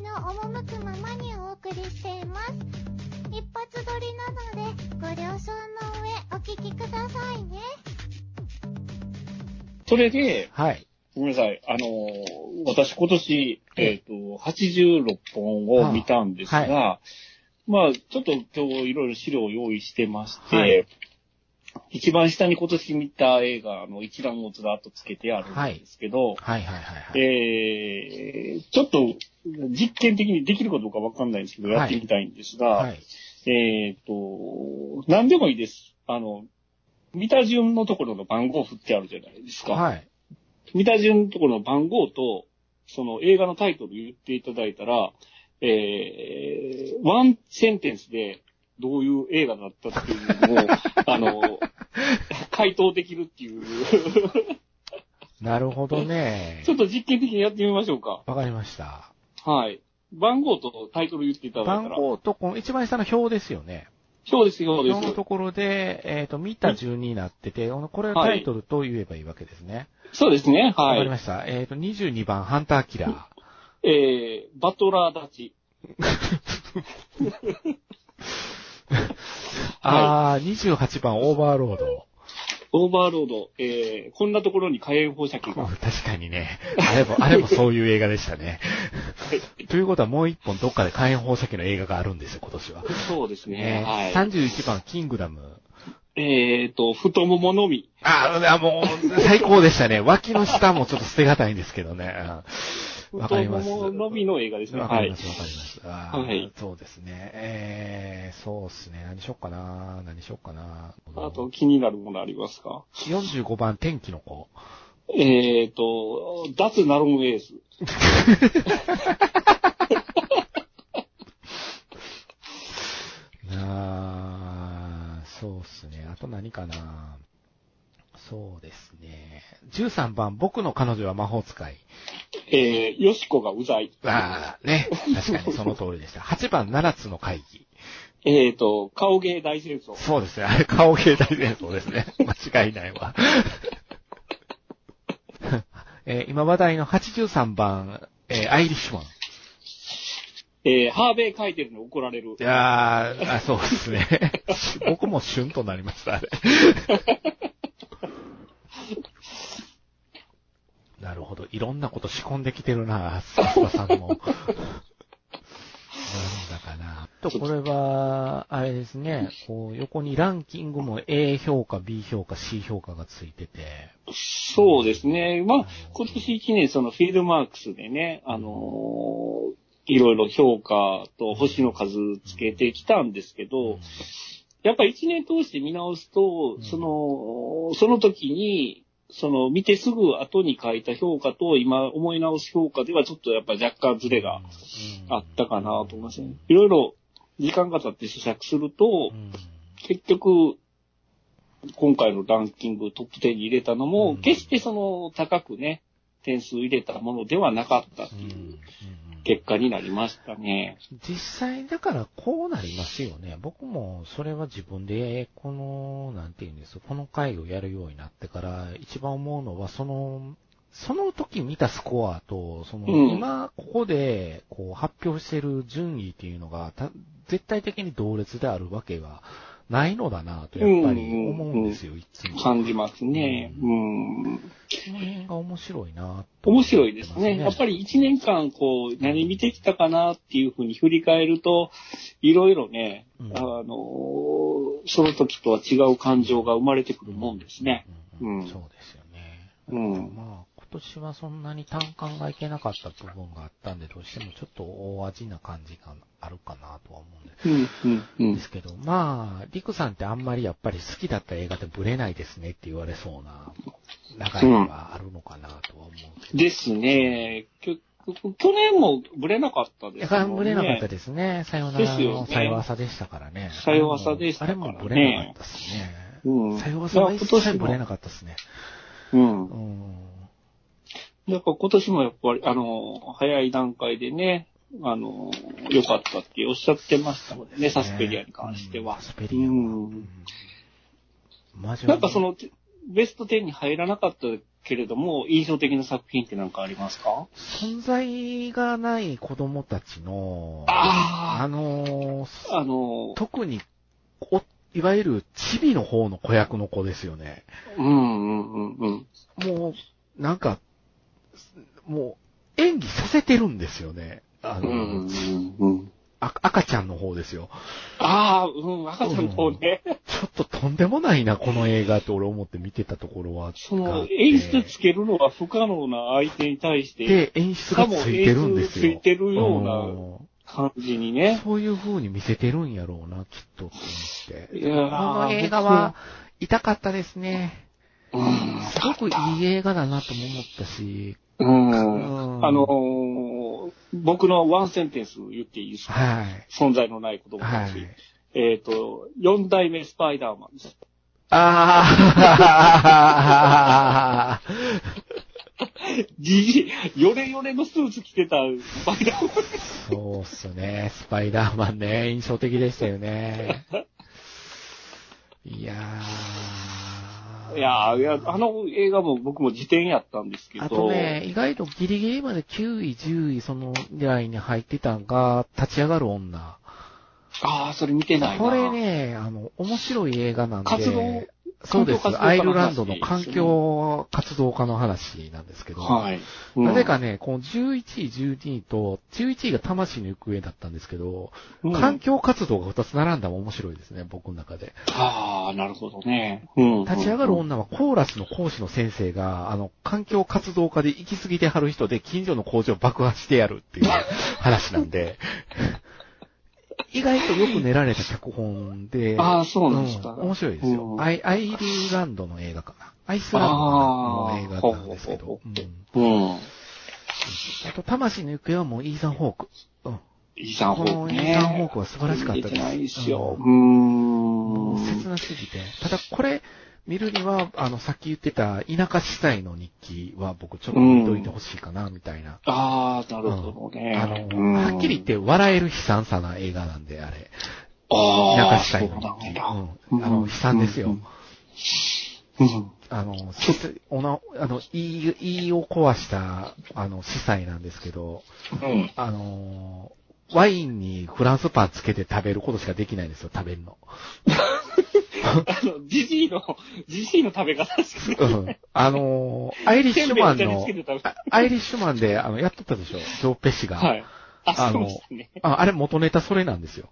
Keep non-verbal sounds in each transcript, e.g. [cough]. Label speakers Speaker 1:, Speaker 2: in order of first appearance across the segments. Speaker 1: の赴くままにお送りしています。一発撮りなので、ご了承の上、お聞きくださいね。
Speaker 2: それで、
Speaker 3: はい。
Speaker 2: ごめんなさい。あのー私今年、
Speaker 3: え
Speaker 2: えっ、と、86本を見たんですが、
Speaker 3: あ
Speaker 2: まあ、ちょっと今日いろいろ資料を用意してまして、
Speaker 3: はい
Speaker 2: 一番下に今年見た映画の一覧をずらっとつけてあるんですけど、
Speaker 3: はいはいはいはい。
Speaker 2: えーちょっと実験的にできるかどうかわかんないんですけど、
Speaker 3: はい
Speaker 2: やってみたいんですが、
Speaker 3: はい。
Speaker 2: えっ、と、何でもいいです。あの、見た順のところの番号振ってあるじゃないですか。
Speaker 3: はい。
Speaker 2: 見た順のところの番号と、その映画のタイトル言っていただいたら、えー、ワンセンテンスでどういう映画だったっていう
Speaker 3: [laughs]
Speaker 2: のを、あの、回答できるっていう、 [laughs]
Speaker 3: なるほどね
Speaker 2: ち。ょっと実験的にやってみましょうか。
Speaker 3: わかりました。
Speaker 2: はい。番号とタイトル言っていただいたら。
Speaker 3: 番号と、この一番下の表ですよね。
Speaker 2: そうです、そうで
Speaker 3: 表の
Speaker 2: す。
Speaker 3: ところで、えっ、と、見た順になってて、このこれは
Speaker 2: はい
Speaker 3: タイトルと言えばいいわけですね。
Speaker 2: そうですね、
Speaker 3: わ、
Speaker 2: は
Speaker 3: かりま
Speaker 2: い。
Speaker 3: した。えっ、と、22番、ハンターキラー。
Speaker 2: えー、バトラー立ち。
Speaker 3: [laughs]
Speaker 2: [laughs]
Speaker 3: あー、28番、オーバーロード。
Speaker 2: オーバーロード、えー、こんなところに火炎放射器が。
Speaker 3: 確かにね。あれも、あれもそういう映画でしたね。ということはもう一本どっかで火炎放射器の映画があるんですよ、今年は。
Speaker 2: そうですね。
Speaker 3: ね
Speaker 2: は
Speaker 3: 31番、キングダム。
Speaker 2: い。えーと、太もものみ。
Speaker 3: あーあ、もう、最高でしたね。脇の下もちょっと捨てがたいんですけどね。うんわか
Speaker 2: 太
Speaker 3: り
Speaker 2: も
Speaker 3: ます。
Speaker 2: ものみの映画ですね。
Speaker 3: わか
Speaker 2: は
Speaker 3: り
Speaker 2: い
Speaker 3: ま。す、わかります。あー
Speaker 2: はい
Speaker 3: そうですね。えー、そうですね。何しよっかな何しよっかな
Speaker 2: あと、気になるものありますか
Speaker 3: 45番、天気の子。
Speaker 2: えーと、脱ナロンエース。
Speaker 3: あーそうですね。あと何かなそうですね。13番、僕の彼女は魔法使い。
Speaker 2: えー、よしこがうざい。
Speaker 3: ああ、ね。確かにその通りでした。8番、7つの会議。
Speaker 2: えーと、顔芸大戦争。
Speaker 3: そうですね。あれ、顔芸大戦争ですね。間違いないわ。えー今話題の83番、えーアイリッシュマン。
Speaker 2: えー、ハーベイ書いてるの怒られる
Speaker 3: い。やーあ、そうですね。 [laughs] 僕も旬となりま [laughs] した、あれ。なるほど。いろんなこと仕込んできてるな、さすがさんも。なんだかな。と、これは、あれですね、こう、横にランキングも A 評価、B 評価、C 評価がついてて。
Speaker 2: そうですね。まあ、今年1年、そのフィールマークスでね、あのーいろいろ評価と星の数つけてきたんですけど、やっぱり1年通して見直すと
Speaker 3: う、ん
Speaker 2: その、その時に、その見てすぐ後に書いた評価と今思い直す評価ではちょっとやっぱ若干ズレがあったかなと思いますね。いろいろ時間が経って試着すると
Speaker 3: う、ん
Speaker 2: 結局、今回のランキングトップ10に入れたのも、
Speaker 3: うん
Speaker 2: 決してその高くね、点数入れたものではなかったっていう結果になりましたね。
Speaker 3: 実際、だからこうなりますよね。僕もそれは自分で、この、なんていうんですこの回をやるようになってから、一番思うのは、その、その時見たスコアと、その、
Speaker 2: うん
Speaker 3: 今、ここで、こう、発表してる順位っていうのが、た絶対的に同列であるわけがないのだなと、やっぱり思うんですよ、いつも。
Speaker 2: 感じますね。
Speaker 3: う
Speaker 2: うん。
Speaker 3: この辺が面白いなと思
Speaker 2: 面
Speaker 3: ってます
Speaker 2: 白いですね。やっぱり1年間こう、何見てきたかなっていうふうに振り返ると、いろいろね、
Speaker 3: うん
Speaker 2: あのーその時とは違う感情が生まれてくるもんですね。
Speaker 3: うん
Speaker 2: うん
Speaker 3: そうですよね。
Speaker 2: うん
Speaker 3: まあ、今年はそんなに単感がいけなかった部分があったんで、どうしてもちょっと大味な感じがあるかなとは思うんで
Speaker 2: うん、うん、うん
Speaker 3: で。すけど、まあ、リクさんってあんまりやっぱり好きだった映画でブレないですねって言われそうな流れがあるのかなとは思うけど。
Speaker 2: ですね。結局、去年もブレなかったで
Speaker 3: だ
Speaker 2: すも
Speaker 3: から
Speaker 2: んね。
Speaker 3: ブレなかったですね。さよなら
Speaker 2: ですよ
Speaker 3: の
Speaker 2: ね
Speaker 3: さよわさでしたからね。
Speaker 2: さよわさでしたからね
Speaker 3: あれもブレなかったですね。
Speaker 2: うん。
Speaker 3: さよわさは一切ブレ
Speaker 2: だ
Speaker 3: な
Speaker 2: か
Speaker 3: かったですね。
Speaker 2: ら今年も。
Speaker 3: う
Speaker 2: うん。
Speaker 3: ん。
Speaker 2: だから今年もやっぱり、あの、早い段階でね、あの、良かったっておっしゃってましたもんね、サスペリアに関して
Speaker 3: う
Speaker 2: は
Speaker 3: んサ。スペリアは。
Speaker 2: う
Speaker 3: うんん。マジ
Speaker 2: なんかそ、の、ベスト10に入らなかったけれども、印象的な作品って何かありますか
Speaker 3: 存在がない子供たちの、
Speaker 2: あ
Speaker 3: あのー
Speaker 2: あ、あの、
Speaker 3: 特に、おいわゆるチビの方の子役の子ですよね。
Speaker 2: うんうんうんうん。
Speaker 3: もう、なんか、もう、演技させてるんですよね。あ
Speaker 2: う
Speaker 3: の、
Speaker 2: んうんうん。
Speaker 3: あ赤ちゃんの方ですよ。
Speaker 2: ああ、うん、赤ちゃんの方ね。
Speaker 3: ちょっととんでもないな、この映画って俺思って見てたところは。
Speaker 2: そ
Speaker 3: があ
Speaker 2: の
Speaker 3: っ、て
Speaker 2: 演出つけるのは不可能な相手に対して、
Speaker 3: で、演出
Speaker 2: し
Speaker 3: が
Speaker 2: か
Speaker 3: つ
Speaker 2: も
Speaker 3: いて
Speaker 2: 演
Speaker 3: るんで
Speaker 2: 出
Speaker 3: す
Speaker 2: つ
Speaker 3: よ。
Speaker 2: いてるような
Speaker 3: うん
Speaker 2: 感じにね。
Speaker 3: そういう風に見せてるんやろうな、きっとって思って。
Speaker 2: いや
Speaker 3: この映画は、痛かったですね。
Speaker 2: うん
Speaker 3: すごくいい映画だなとも思ったし。
Speaker 2: うん
Speaker 3: うん
Speaker 2: あのー僕のワンセンテンス言っていいですか、
Speaker 3: はい。
Speaker 2: 存在のない子供
Speaker 3: は
Speaker 2: たち。
Speaker 3: い。
Speaker 2: えっ、と、4代目スパイダーマンです。
Speaker 3: ああ
Speaker 2: ギリ、ヨレヨレのスーツ着てたスパイダーマン。
Speaker 3: そうっすね。スパイダーマンね、印象的でしたよね。いやー。
Speaker 2: いやーいや、あの映画も僕も辞典やったんですけど。
Speaker 3: あとね、意外とギリギリまで9位、10位、その狙いに入ってたんが、立ち上がる女。
Speaker 2: ああ、それ見てないな。
Speaker 3: これね、あの、面白い映画なんで、
Speaker 2: 活動
Speaker 3: そうです
Speaker 2: 環境活動家の話です。ね
Speaker 3: アイルランドの環境活動家の話なんですけど、
Speaker 2: はい。うん
Speaker 3: なぜ、かね、この11位、12位と、11位が魂の行方だったんですけど、
Speaker 2: うん
Speaker 3: 環境活動が2つ並んだも面白いですね、僕の中で。
Speaker 2: ああ、なるほどね。うん。
Speaker 3: 立ち上がる女はコーラスの講師の先生が、あの、環境活動家で行き過ぎてはる人で、近所の工場を爆破してやる
Speaker 2: [laughs]
Speaker 3: っていう話なんで、意外とよく練られた脚本で、
Speaker 2: ああ、そうなんですか。
Speaker 3: うん面白いですよ、
Speaker 2: うん
Speaker 3: アイ。アイルランドの映画かな。アイスランドの映画なんですけ
Speaker 2: あーほうほう
Speaker 3: ど
Speaker 2: ほ。
Speaker 3: うん
Speaker 2: うん。
Speaker 3: あと、魂の行方はもうイーザン・ホーク。うん
Speaker 2: イーサンホ
Speaker 3: こ
Speaker 2: ー
Speaker 3: の
Speaker 2: ク
Speaker 3: イ
Speaker 2: ね。
Speaker 3: ーザン・ホークは素晴らしかった
Speaker 2: 見てないですよ。う
Speaker 3: うん
Speaker 2: ー。
Speaker 3: もうん切なすぎて。ただ、これ、見るには、あの、さっき言ってた、田舎司祭の日記は僕ちょっと見といてほしいかな、みたいな。
Speaker 2: ああ、なるほどね。
Speaker 3: あ
Speaker 2: うん
Speaker 3: の、はっきり言っ。て笑える悲惨さな映画なんで、あれ。田
Speaker 2: あ
Speaker 3: 舎
Speaker 2: あ、
Speaker 3: 司
Speaker 2: そう
Speaker 3: 祭の
Speaker 2: な
Speaker 3: 日
Speaker 2: ん
Speaker 3: 記。
Speaker 2: だ。
Speaker 3: うん。あの、悲惨です
Speaker 2: う
Speaker 3: よ
Speaker 2: ん。うん。
Speaker 3: あの、司祭おな、あの、胃、胃を壊した、あの、司祭なんですけど、
Speaker 2: うん。
Speaker 3: あのー、ワインにフランスパンつけて食べることしかできないんですよ、食べるの。
Speaker 2: あの、ジジイの、ジジイの食べ方ですね。
Speaker 3: うん。あのー、アイリッシ
Speaker 2: [laughs]
Speaker 3: ュマン
Speaker 2: せんべいみ
Speaker 3: の
Speaker 2: たいにつけて、食べ
Speaker 3: あアイリッシュマンで、あの、やっとったでしょ、ジョー・ペシが。
Speaker 2: はい。あ、
Speaker 3: あ
Speaker 2: そう
Speaker 3: の
Speaker 2: ですね。
Speaker 3: ああれ元ネタそれなんですよ。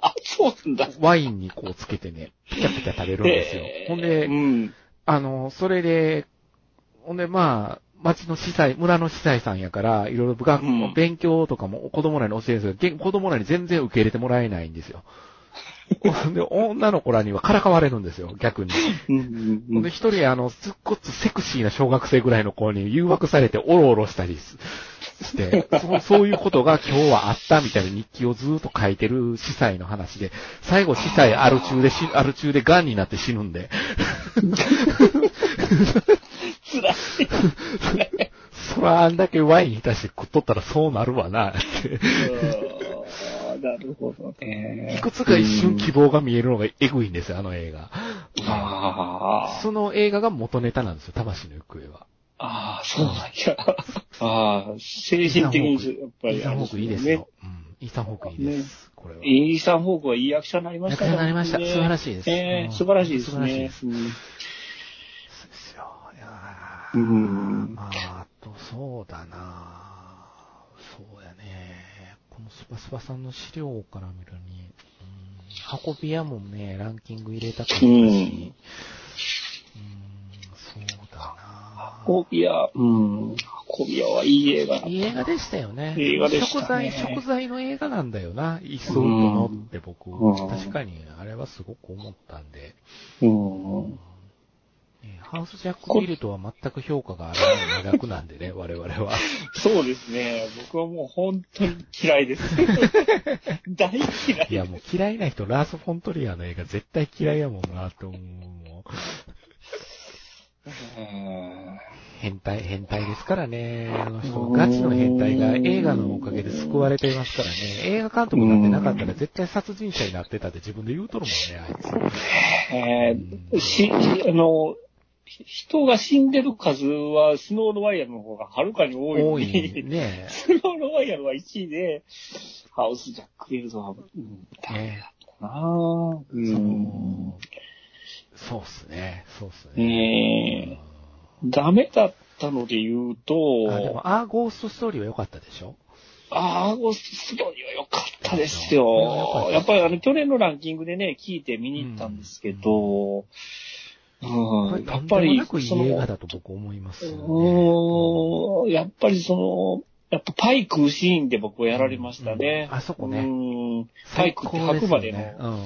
Speaker 2: あ、そうなんだ。
Speaker 3: ワインにこうつけてね、ピカピカ食べるんですよ。
Speaker 2: えー
Speaker 3: ほん
Speaker 2: う
Speaker 3: で、
Speaker 2: ん。
Speaker 3: あの、それで、ほんでまあ、町の司祭、村の司祭さんやから、いろいろ部学
Speaker 2: うん
Speaker 3: 勉強とかも子供らに教えるんですけど、げ子供らに全然受け入れてもらえないんで
Speaker 2: [laughs]
Speaker 3: すよ。ほんで、女の子らにはからかわれるんですよ、逆に。
Speaker 2: うんうん
Speaker 3: ほんで、一人、あの、すっごつセクシーな小学生ぐらいの子に誘惑されて、おろおろしたりす
Speaker 2: [laughs]
Speaker 3: して、そそういうことが今日はあったみたいな日記をずーっと書いてる司祭の話で、最後司祭アル中で死、アル中で癌になって死ぬ
Speaker 2: [laughs]
Speaker 3: んで、
Speaker 2: 辛い。
Speaker 3: そらあんだけワインに対して食っとったらそうなるわな、って。
Speaker 2: うんなるほどね。
Speaker 3: いくつか一瞬希望が見えるのがエグいんですよ、あの映画。
Speaker 2: ああ。
Speaker 3: その映画が元ネタなんですよ、魂の行方は。
Speaker 2: ああ、そうなんや。ああ、精神的に、やっぱ
Speaker 3: イー
Speaker 2: り
Speaker 3: サ
Speaker 2: あ
Speaker 3: ン
Speaker 2: れです
Speaker 3: ホーク
Speaker 2: ね。
Speaker 3: いいですよ。うん、イーサンホークいいです。これは。
Speaker 2: イーサン・ホークはいい役者になりまし
Speaker 3: 役
Speaker 2: た
Speaker 3: 者になりました。素晴ら
Speaker 2: し
Speaker 3: しいです。
Speaker 2: え
Speaker 3: う
Speaker 2: え
Speaker 3: ん
Speaker 2: 素晴らしいです
Speaker 3: 素晴らしいで
Speaker 2: ね
Speaker 3: す。。
Speaker 2: うん
Speaker 3: そうですよ。いやー
Speaker 2: うん
Speaker 3: まあ、あと、そうだなそうやね。このスパスパさんの資料から見るに、うん、運び屋もね、ランキング入れたかったし、う、
Speaker 2: うんん
Speaker 3: そうだな
Speaker 2: コビア、うん。コビアはいい映画だ。
Speaker 3: いい映画でしたよね。
Speaker 2: いい映画でしたね
Speaker 3: 食材、食材の映画なんだよな。一層とのって僕、
Speaker 2: うん
Speaker 3: 確かにあれはすごく思ったんで。
Speaker 2: うん。
Speaker 3: ねハウスジャックビルとは全く評価があらない楽なん
Speaker 2: [laughs]
Speaker 3: でね、我々は。
Speaker 2: そうですね。僕はもう本当に嫌いです。 [laughs] 大嫌い。
Speaker 3: いや、もう嫌いな人、ラース・フォントリアーの映画絶対嫌いやもんな、と思うもん。
Speaker 2: うん
Speaker 3: 変態、変態ですからね。あの人、ガチの変態が映画のおかげで救われていますからね。映画監督になってなかったら絶対殺人者になってたって自分で言うとるもんね、あ
Speaker 2: え
Speaker 3: いつ。
Speaker 2: ーし、あの、ひ人が死んでる数は、スノーロワイヤルの方がはるかに多いの
Speaker 3: 多
Speaker 2: に
Speaker 3: い
Speaker 2: [laughs]
Speaker 3: ね。
Speaker 2: スノーロワイヤルは1位で、ハウスジャック・ウィルドは、うん、ダメだったなぁ。う
Speaker 3: そ
Speaker 2: ん。
Speaker 3: うそうっすね。そうっすね。
Speaker 2: ねえ、ダメだったので言う
Speaker 3: あ、で
Speaker 2: と、
Speaker 3: も、アーゴーストストーリーは良かったでしょ
Speaker 2: ああ、アゴストーリーは良かったです
Speaker 3: う
Speaker 2: よ。
Speaker 3: ん
Speaker 2: やっぱりあの、去年のランキングでね、聞いて見に行ったんですけど、うん、や
Speaker 3: これ
Speaker 2: っぱ
Speaker 3: とんでも
Speaker 2: り
Speaker 3: なく、い
Speaker 2: そ
Speaker 3: い映画
Speaker 2: の、
Speaker 3: だと僕思いますよね。
Speaker 2: うん、やっぱりその、やっぱパイ食うシーンで僕はやられましたね。
Speaker 3: うんあそこね
Speaker 2: うん、パイ
Speaker 3: 最
Speaker 2: 食っ
Speaker 3: 高
Speaker 2: て
Speaker 3: です
Speaker 2: 吐
Speaker 3: よ
Speaker 2: くまで
Speaker 3: ね。
Speaker 2: の
Speaker 3: うん。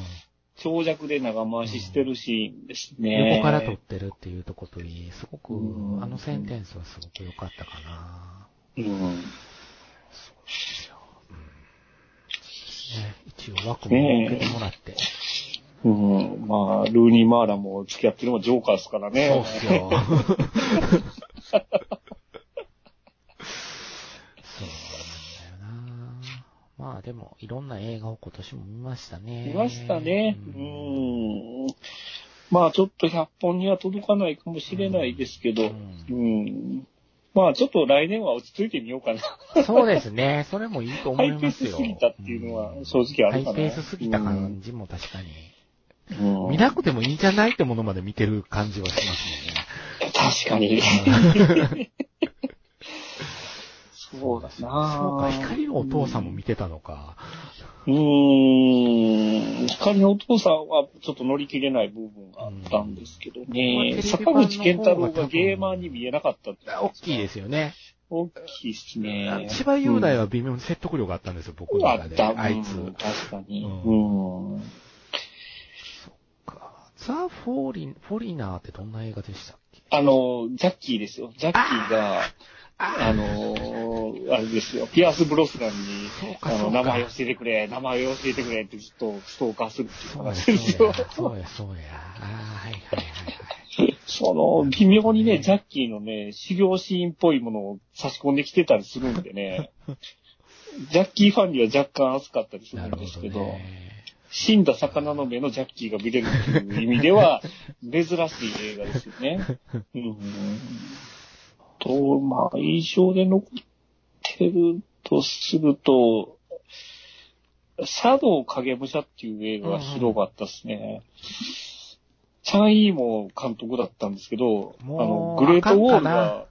Speaker 2: 長尺で長回ししてるシーンですね。
Speaker 3: 横から撮ってるっていうとこといい、すごく
Speaker 2: う、ん
Speaker 3: あのセンテンスはすごく良かったかな。
Speaker 2: うん。
Speaker 3: ね、一応枠も受けてもらって。
Speaker 2: うん、まあ、ルーニー・マーラも付き合ってるのもジョーカーですからね。
Speaker 3: そうっすよ。そうなんだよな。まあでも、いろんな映画を今年も見ましたね。
Speaker 2: いましたね。う
Speaker 3: うん
Speaker 2: ん。まあ、ちょっと100本には届かないかもしれないですけど、う。
Speaker 3: うん
Speaker 2: まあ、ちょっと来年は落ち着いてみようかな。
Speaker 3: そうですね。それもいいと思
Speaker 2: ハ
Speaker 3: い
Speaker 2: イペ
Speaker 3: ま
Speaker 2: ー
Speaker 3: す
Speaker 2: ス
Speaker 3: よ。
Speaker 2: すぎたっていうのは正直あるかな。
Speaker 3: ハイペースすぎた感じも確かに。
Speaker 2: うん。うん
Speaker 3: 見なくてもいいんじゃないってものまで見てる感じはします
Speaker 2: 確か
Speaker 3: [laughs]
Speaker 2: に。
Speaker 3: もんね。
Speaker 2: そうだな
Speaker 3: そうか、光のお父さんも見てたのか。
Speaker 2: うーん。光のお父さんはちょっと乗り切れない部分があったんですけどね。
Speaker 3: うん
Speaker 2: 坂口健太郎がゲーマーに見えなかったっていう
Speaker 3: 大きいですよね。
Speaker 2: 大きいっすね。
Speaker 3: 千葉雄大は微妙に説得力があったんですよ、僕
Speaker 2: うん、
Speaker 3: の
Speaker 2: あ
Speaker 3: 中
Speaker 2: っ
Speaker 3: で。
Speaker 2: た。
Speaker 3: あいつ。
Speaker 2: うん確かに。
Speaker 3: う
Speaker 2: うん。
Speaker 3: ザ・フォーリン、フォリナーってどんな映画でしたっけ
Speaker 2: あの、ジャッキーですよ。ジャッキーが、あのー、あれですよ。ピアース・ブロスナンに、
Speaker 3: そうか
Speaker 2: あ
Speaker 3: そ
Speaker 2: の、
Speaker 3: うか
Speaker 2: 名前教えてくれ、名前教えてくれってずっとストーカーするっていう
Speaker 3: そうや、
Speaker 2: 話
Speaker 3: そう
Speaker 2: ですよ
Speaker 3: や。、そうや、そうや。ああ、はいはいはいはい。
Speaker 2: その、微妙にね、ジャッキーのね、修行シーンっぽいものを差し込んできてたりするんで
Speaker 3: [laughs]
Speaker 2: ね、ジャッキーファンには若干熱かったりする
Speaker 3: な
Speaker 2: [laughs]
Speaker 3: んる
Speaker 2: で
Speaker 3: ほ
Speaker 2: す
Speaker 3: ど
Speaker 2: けど、
Speaker 3: ね。
Speaker 2: 死んだ魚の目のジャッキーが見れるっていう意味で
Speaker 3: [laughs]
Speaker 2: は、珍しい映画ですよね。うん、と、まあ、印象で残ってるとすると、シャドウ影武者っていう映画が広がったですね。チャン・イーも監督だったんですけど、あの
Speaker 3: も、う
Speaker 2: グレートウォー
Speaker 3: あかん
Speaker 2: ル
Speaker 3: かな
Speaker 2: が、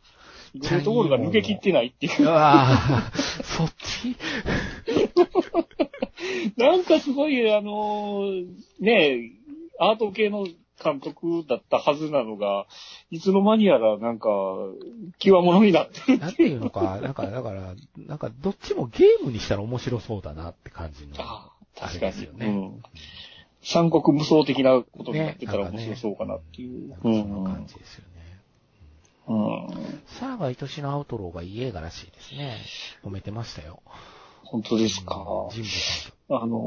Speaker 2: グレートウォールが抜けきってないっていう
Speaker 3: う、わあ、 [laughs] そっち
Speaker 2: なんかすごい、あのーねえ、アート系の監督だったはずなのが、いつの間にやらなんか、際物になってる。
Speaker 3: なんていうのか、なんか、だから、なんか、どっちもゲームにしたら面白そうだなって感じの。
Speaker 2: ああ
Speaker 3: 確かに
Speaker 2: ですよね。三国無双的なことになってたら
Speaker 3: ね
Speaker 2: 面白そうかなっていう。
Speaker 3: なんか
Speaker 2: う
Speaker 3: そ
Speaker 2: ん
Speaker 3: んな感じですよね。
Speaker 2: うん
Speaker 3: サーガ愛しのアウトローがいい映画らしいですね。褒めてましたよ。
Speaker 2: 本当ですか。
Speaker 3: うんジンボさんと。
Speaker 2: あのー、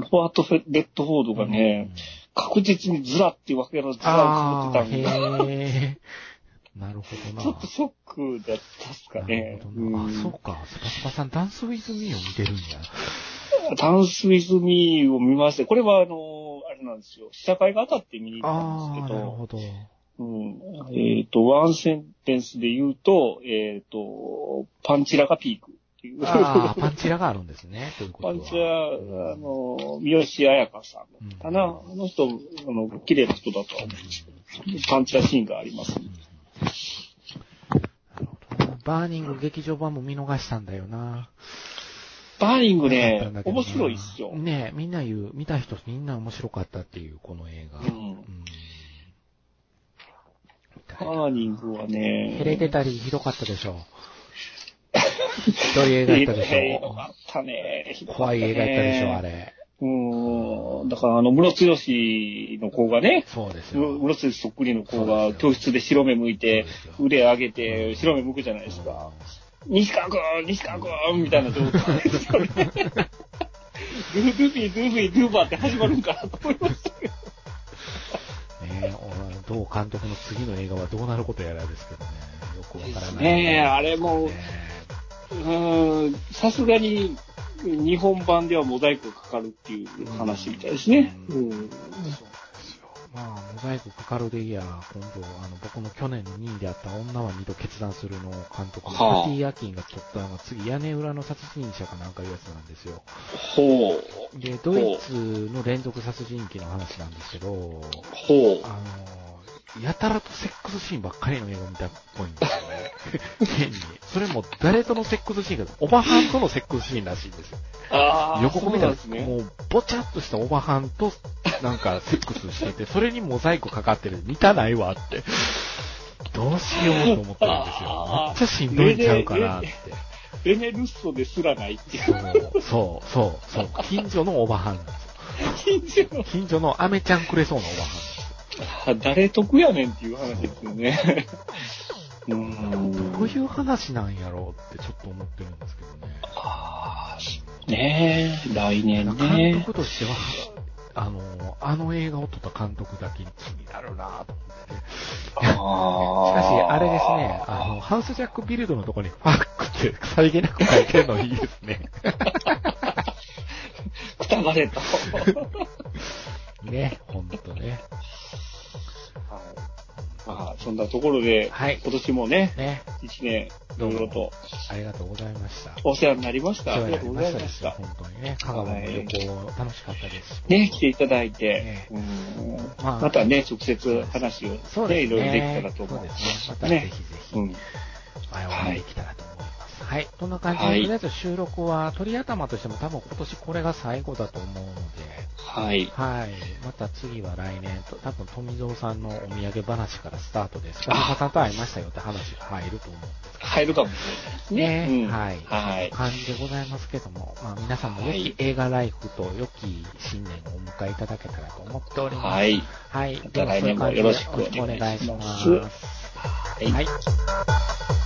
Speaker 2: ロバート・フェレッドフォードがね、確実にズラっていうわけのズラ
Speaker 3: あ
Speaker 2: を
Speaker 3: あ
Speaker 2: 作ってたんで、
Speaker 3: ー、へえ。なるほどな。
Speaker 2: ちょっとショックだったっすかね。
Speaker 3: なるほどな。
Speaker 2: う
Speaker 3: あ、
Speaker 2: ん
Speaker 3: そうか。スパスパさん、ダンスウィズミーを見てるんや。
Speaker 2: ダンスウィズミーを見まして、これはあの、あれなんですよ。試写会が当たって見に行ったん
Speaker 3: あ
Speaker 2: です
Speaker 3: あ、
Speaker 2: け
Speaker 3: なる
Speaker 2: ど、
Speaker 3: ほど。
Speaker 2: うん、えっ、と、ワンセンテンスで言うと、えっ、と、パンチラがピークっていう。[laughs]
Speaker 3: ああ、パンチラがあるんですね。ということ
Speaker 2: パ
Speaker 3: は。
Speaker 2: ンチラ、あの、三好彩香さんのかな。
Speaker 3: うん
Speaker 2: あの人、あの、綺麗な人だとは思うんですけど、パンチラシーンがあります。
Speaker 3: なるほどなバーニング劇場版も見逃したんだよな。
Speaker 2: バーニング
Speaker 3: なかった
Speaker 2: ね
Speaker 3: んだ、けどな
Speaker 2: 面白いっすよ。
Speaker 3: ねえ、みんな言う、見た人みんな面白かったっていう、この映画。
Speaker 2: う
Speaker 3: うんんみたいな
Speaker 2: バーニングはね、
Speaker 3: ヘレデタリーひどかった
Speaker 2: [laughs]
Speaker 3: でしょ。ひどい映画やったでし
Speaker 2: ひど
Speaker 3: ょ。
Speaker 2: かったね。ひどかったね
Speaker 3: 怖い映画やったでしょ、あれ。
Speaker 2: うーん。だから、あの、室強しの子がね、
Speaker 3: そうです
Speaker 2: む
Speaker 3: よ。
Speaker 2: 室強しそっくりの子
Speaker 3: そう
Speaker 2: が
Speaker 3: ですよ
Speaker 2: 教室で白目向いて
Speaker 3: そうです、よ
Speaker 2: 腕上げて白目向くじゃないですか。西川くん西川くんみたいな状態 [laughs] ですよね。ドゥードゥービー、ドゥービー、ドゥーバーって始まるんかなと思いましたけど。
Speaker 3: ねえ、お同監督の次の映画はどうなることやらですけどね。よくわからない。
Speaker 2: ねえ、あれも、
Speaker 3: ね
Speaker 2: うーん、さすがに日本版ではモザイクがかかるっていう話みたいですね。うん。
Speaker 3: えまあ、モザイクかかるでいや、今度、あの、僕の去年の2位であった女は二度決断するの監督の
Speaker 2: はあ
Speaker 3: パティ・アキンが撮った、まあ、次、屋根裏の殺人者かなんかいうやつなんですよ。
Speaker 2: ほう。
Speaker 3: で、ドイツの連続殺人鬼の話なんですけど、
Speaker 2: ほ
Speaker 3: あの、やたらとセックスシーンばっかりの映画見たっぽい
Speaker 2: [laughs]
Speaker 3: んですよね。変に。それも誰とのセックスシーンか、オバハンとのセックスシーンらしいんですよ。
Speaker 2: う。ああ。
Speaker 3: 予告見たら、
Speaker 2: そうなんですね。
Speaker 3: もう、ぼちゃっとしたオバハンと、なんか、セックスしてて、それにモザイクかかってる。見たないわって。どうしようと思ってるんですよ。
Speaker 2: あー
Speaker 3: めっちゃしんどいんちゃうかなって。
Speaker 2: ベネルッソですらないっていう。
Speaker 3: そう、そう、そう。近所のオバハンなんです
Speaker 2: 近
Speaker 3: よ。
Speaker 2: 所の。 [laughs]
Speaker 3: 近所のアメちゃんくれそうなオバハ
Speaker 2: あ
Speaker 3: ン。
Speaker 2: 誰得やねんっていう話ですよね。 [laughs] うーん。
Speaker 3: どういう話なんやろうってちょっと思ってるんですけどね。
Speaker 2: ああ。ねえ、来年
Speaker 3: 監
Speaker 2: ね。
Speaker 3: 督としては、あの、あの映画を撮った監督だけに気になるなぁと思って。しかし、あれですね、あの、ハウスジャックビルドのとこに [laughs] ファックってさりげなく書いてるのいいですね。
Speaker 2: くたばれた。
Speaker 3: [laughs] ね、ほんとね。
Speaker 2: まあ、そんなところで、
Speaker 3: はい。
Speaker 2: 今年もね、
Speaker 3: ね、
Speaker 2: 一年、い
Speaker 3: ど
Speaker 2: ろ
Speaker 3: う
Speaker 2: いろ
Speaker 3: も
Speaker 2: と
Speaker 3: ありがとうございました。
Speaker 2: お世話になりました。あ
Speaker 3: お
Speaker 2: り
Speaker 3: 世
Speaker 2: が
Speaker 3: 話
Speaker 2: とう
Speaker 3: に
Speaker 2: ご
Speaker 3: な
Speaker 2: ざ
Speaker 3: り
Speaker 2: い
Speaker 3: ま
Speaker 2: ま
Speaker 3: し
Speaker 2: したた
Speaker 3: です。よ本当にね、香川の旅行楽しかったです。
Speaker 2: ね、来ていただい
Speaker 3: ね
Speaker 2: て、うん
Speaker 3: まあ
Speaker 2: またね、直接話を
Speaker 3: そう
Speaker 2: ね、
Speaker 3: で
Speaker 2: い
Speaker 3: す
Speaker 2: ろいろでき
Speaker 3: ね
Speaker 2: たら。と
Speaker 3: そう
Speaker 2: 思う
Speaker 3: で
Speaker 2: ん
Speaker 3: すね。またぜ
Speaker 2: ね
Speaker 3: ひぜひ。
Speaker 2: うん。
Speaker 3: はい、お
Speaker 2: は
Speaker 3: 会
Speaker 2: い
Speaker 3: いできたらと思います。はい。こんな感じで、
Speaker 2: はい
Speaker 3: とりあえず収録は、鳥頭としても多分今年これが最後だと思うので、
Speaker 2: はい。
Speaker 3: はい。また次は来年と、多分富蔵さんのお土産話からスタートです。富蔵さんと会いましたよって話が入ると思うんですけど。
Speaker 2: 入るかもしれないですね。うん
Speaker 3: はい。
Speaker 2: はい
Speaker 3: そんな感じでございますけども、まあ皆さんも良
Speaker 2: は
Speaker 3: き
Speaker 2: い
Speaker 3: 映画ライフと良き新年をお迎えいただけたらと思っております。
Speaker 2: は。い。
Speaker 3: はい。
Speaker 2: また来年もよろしくお願いします
Speaker 3: ではそういう感じでよろしくお願いします。
Speaker 2: はい
Speaker 3: はい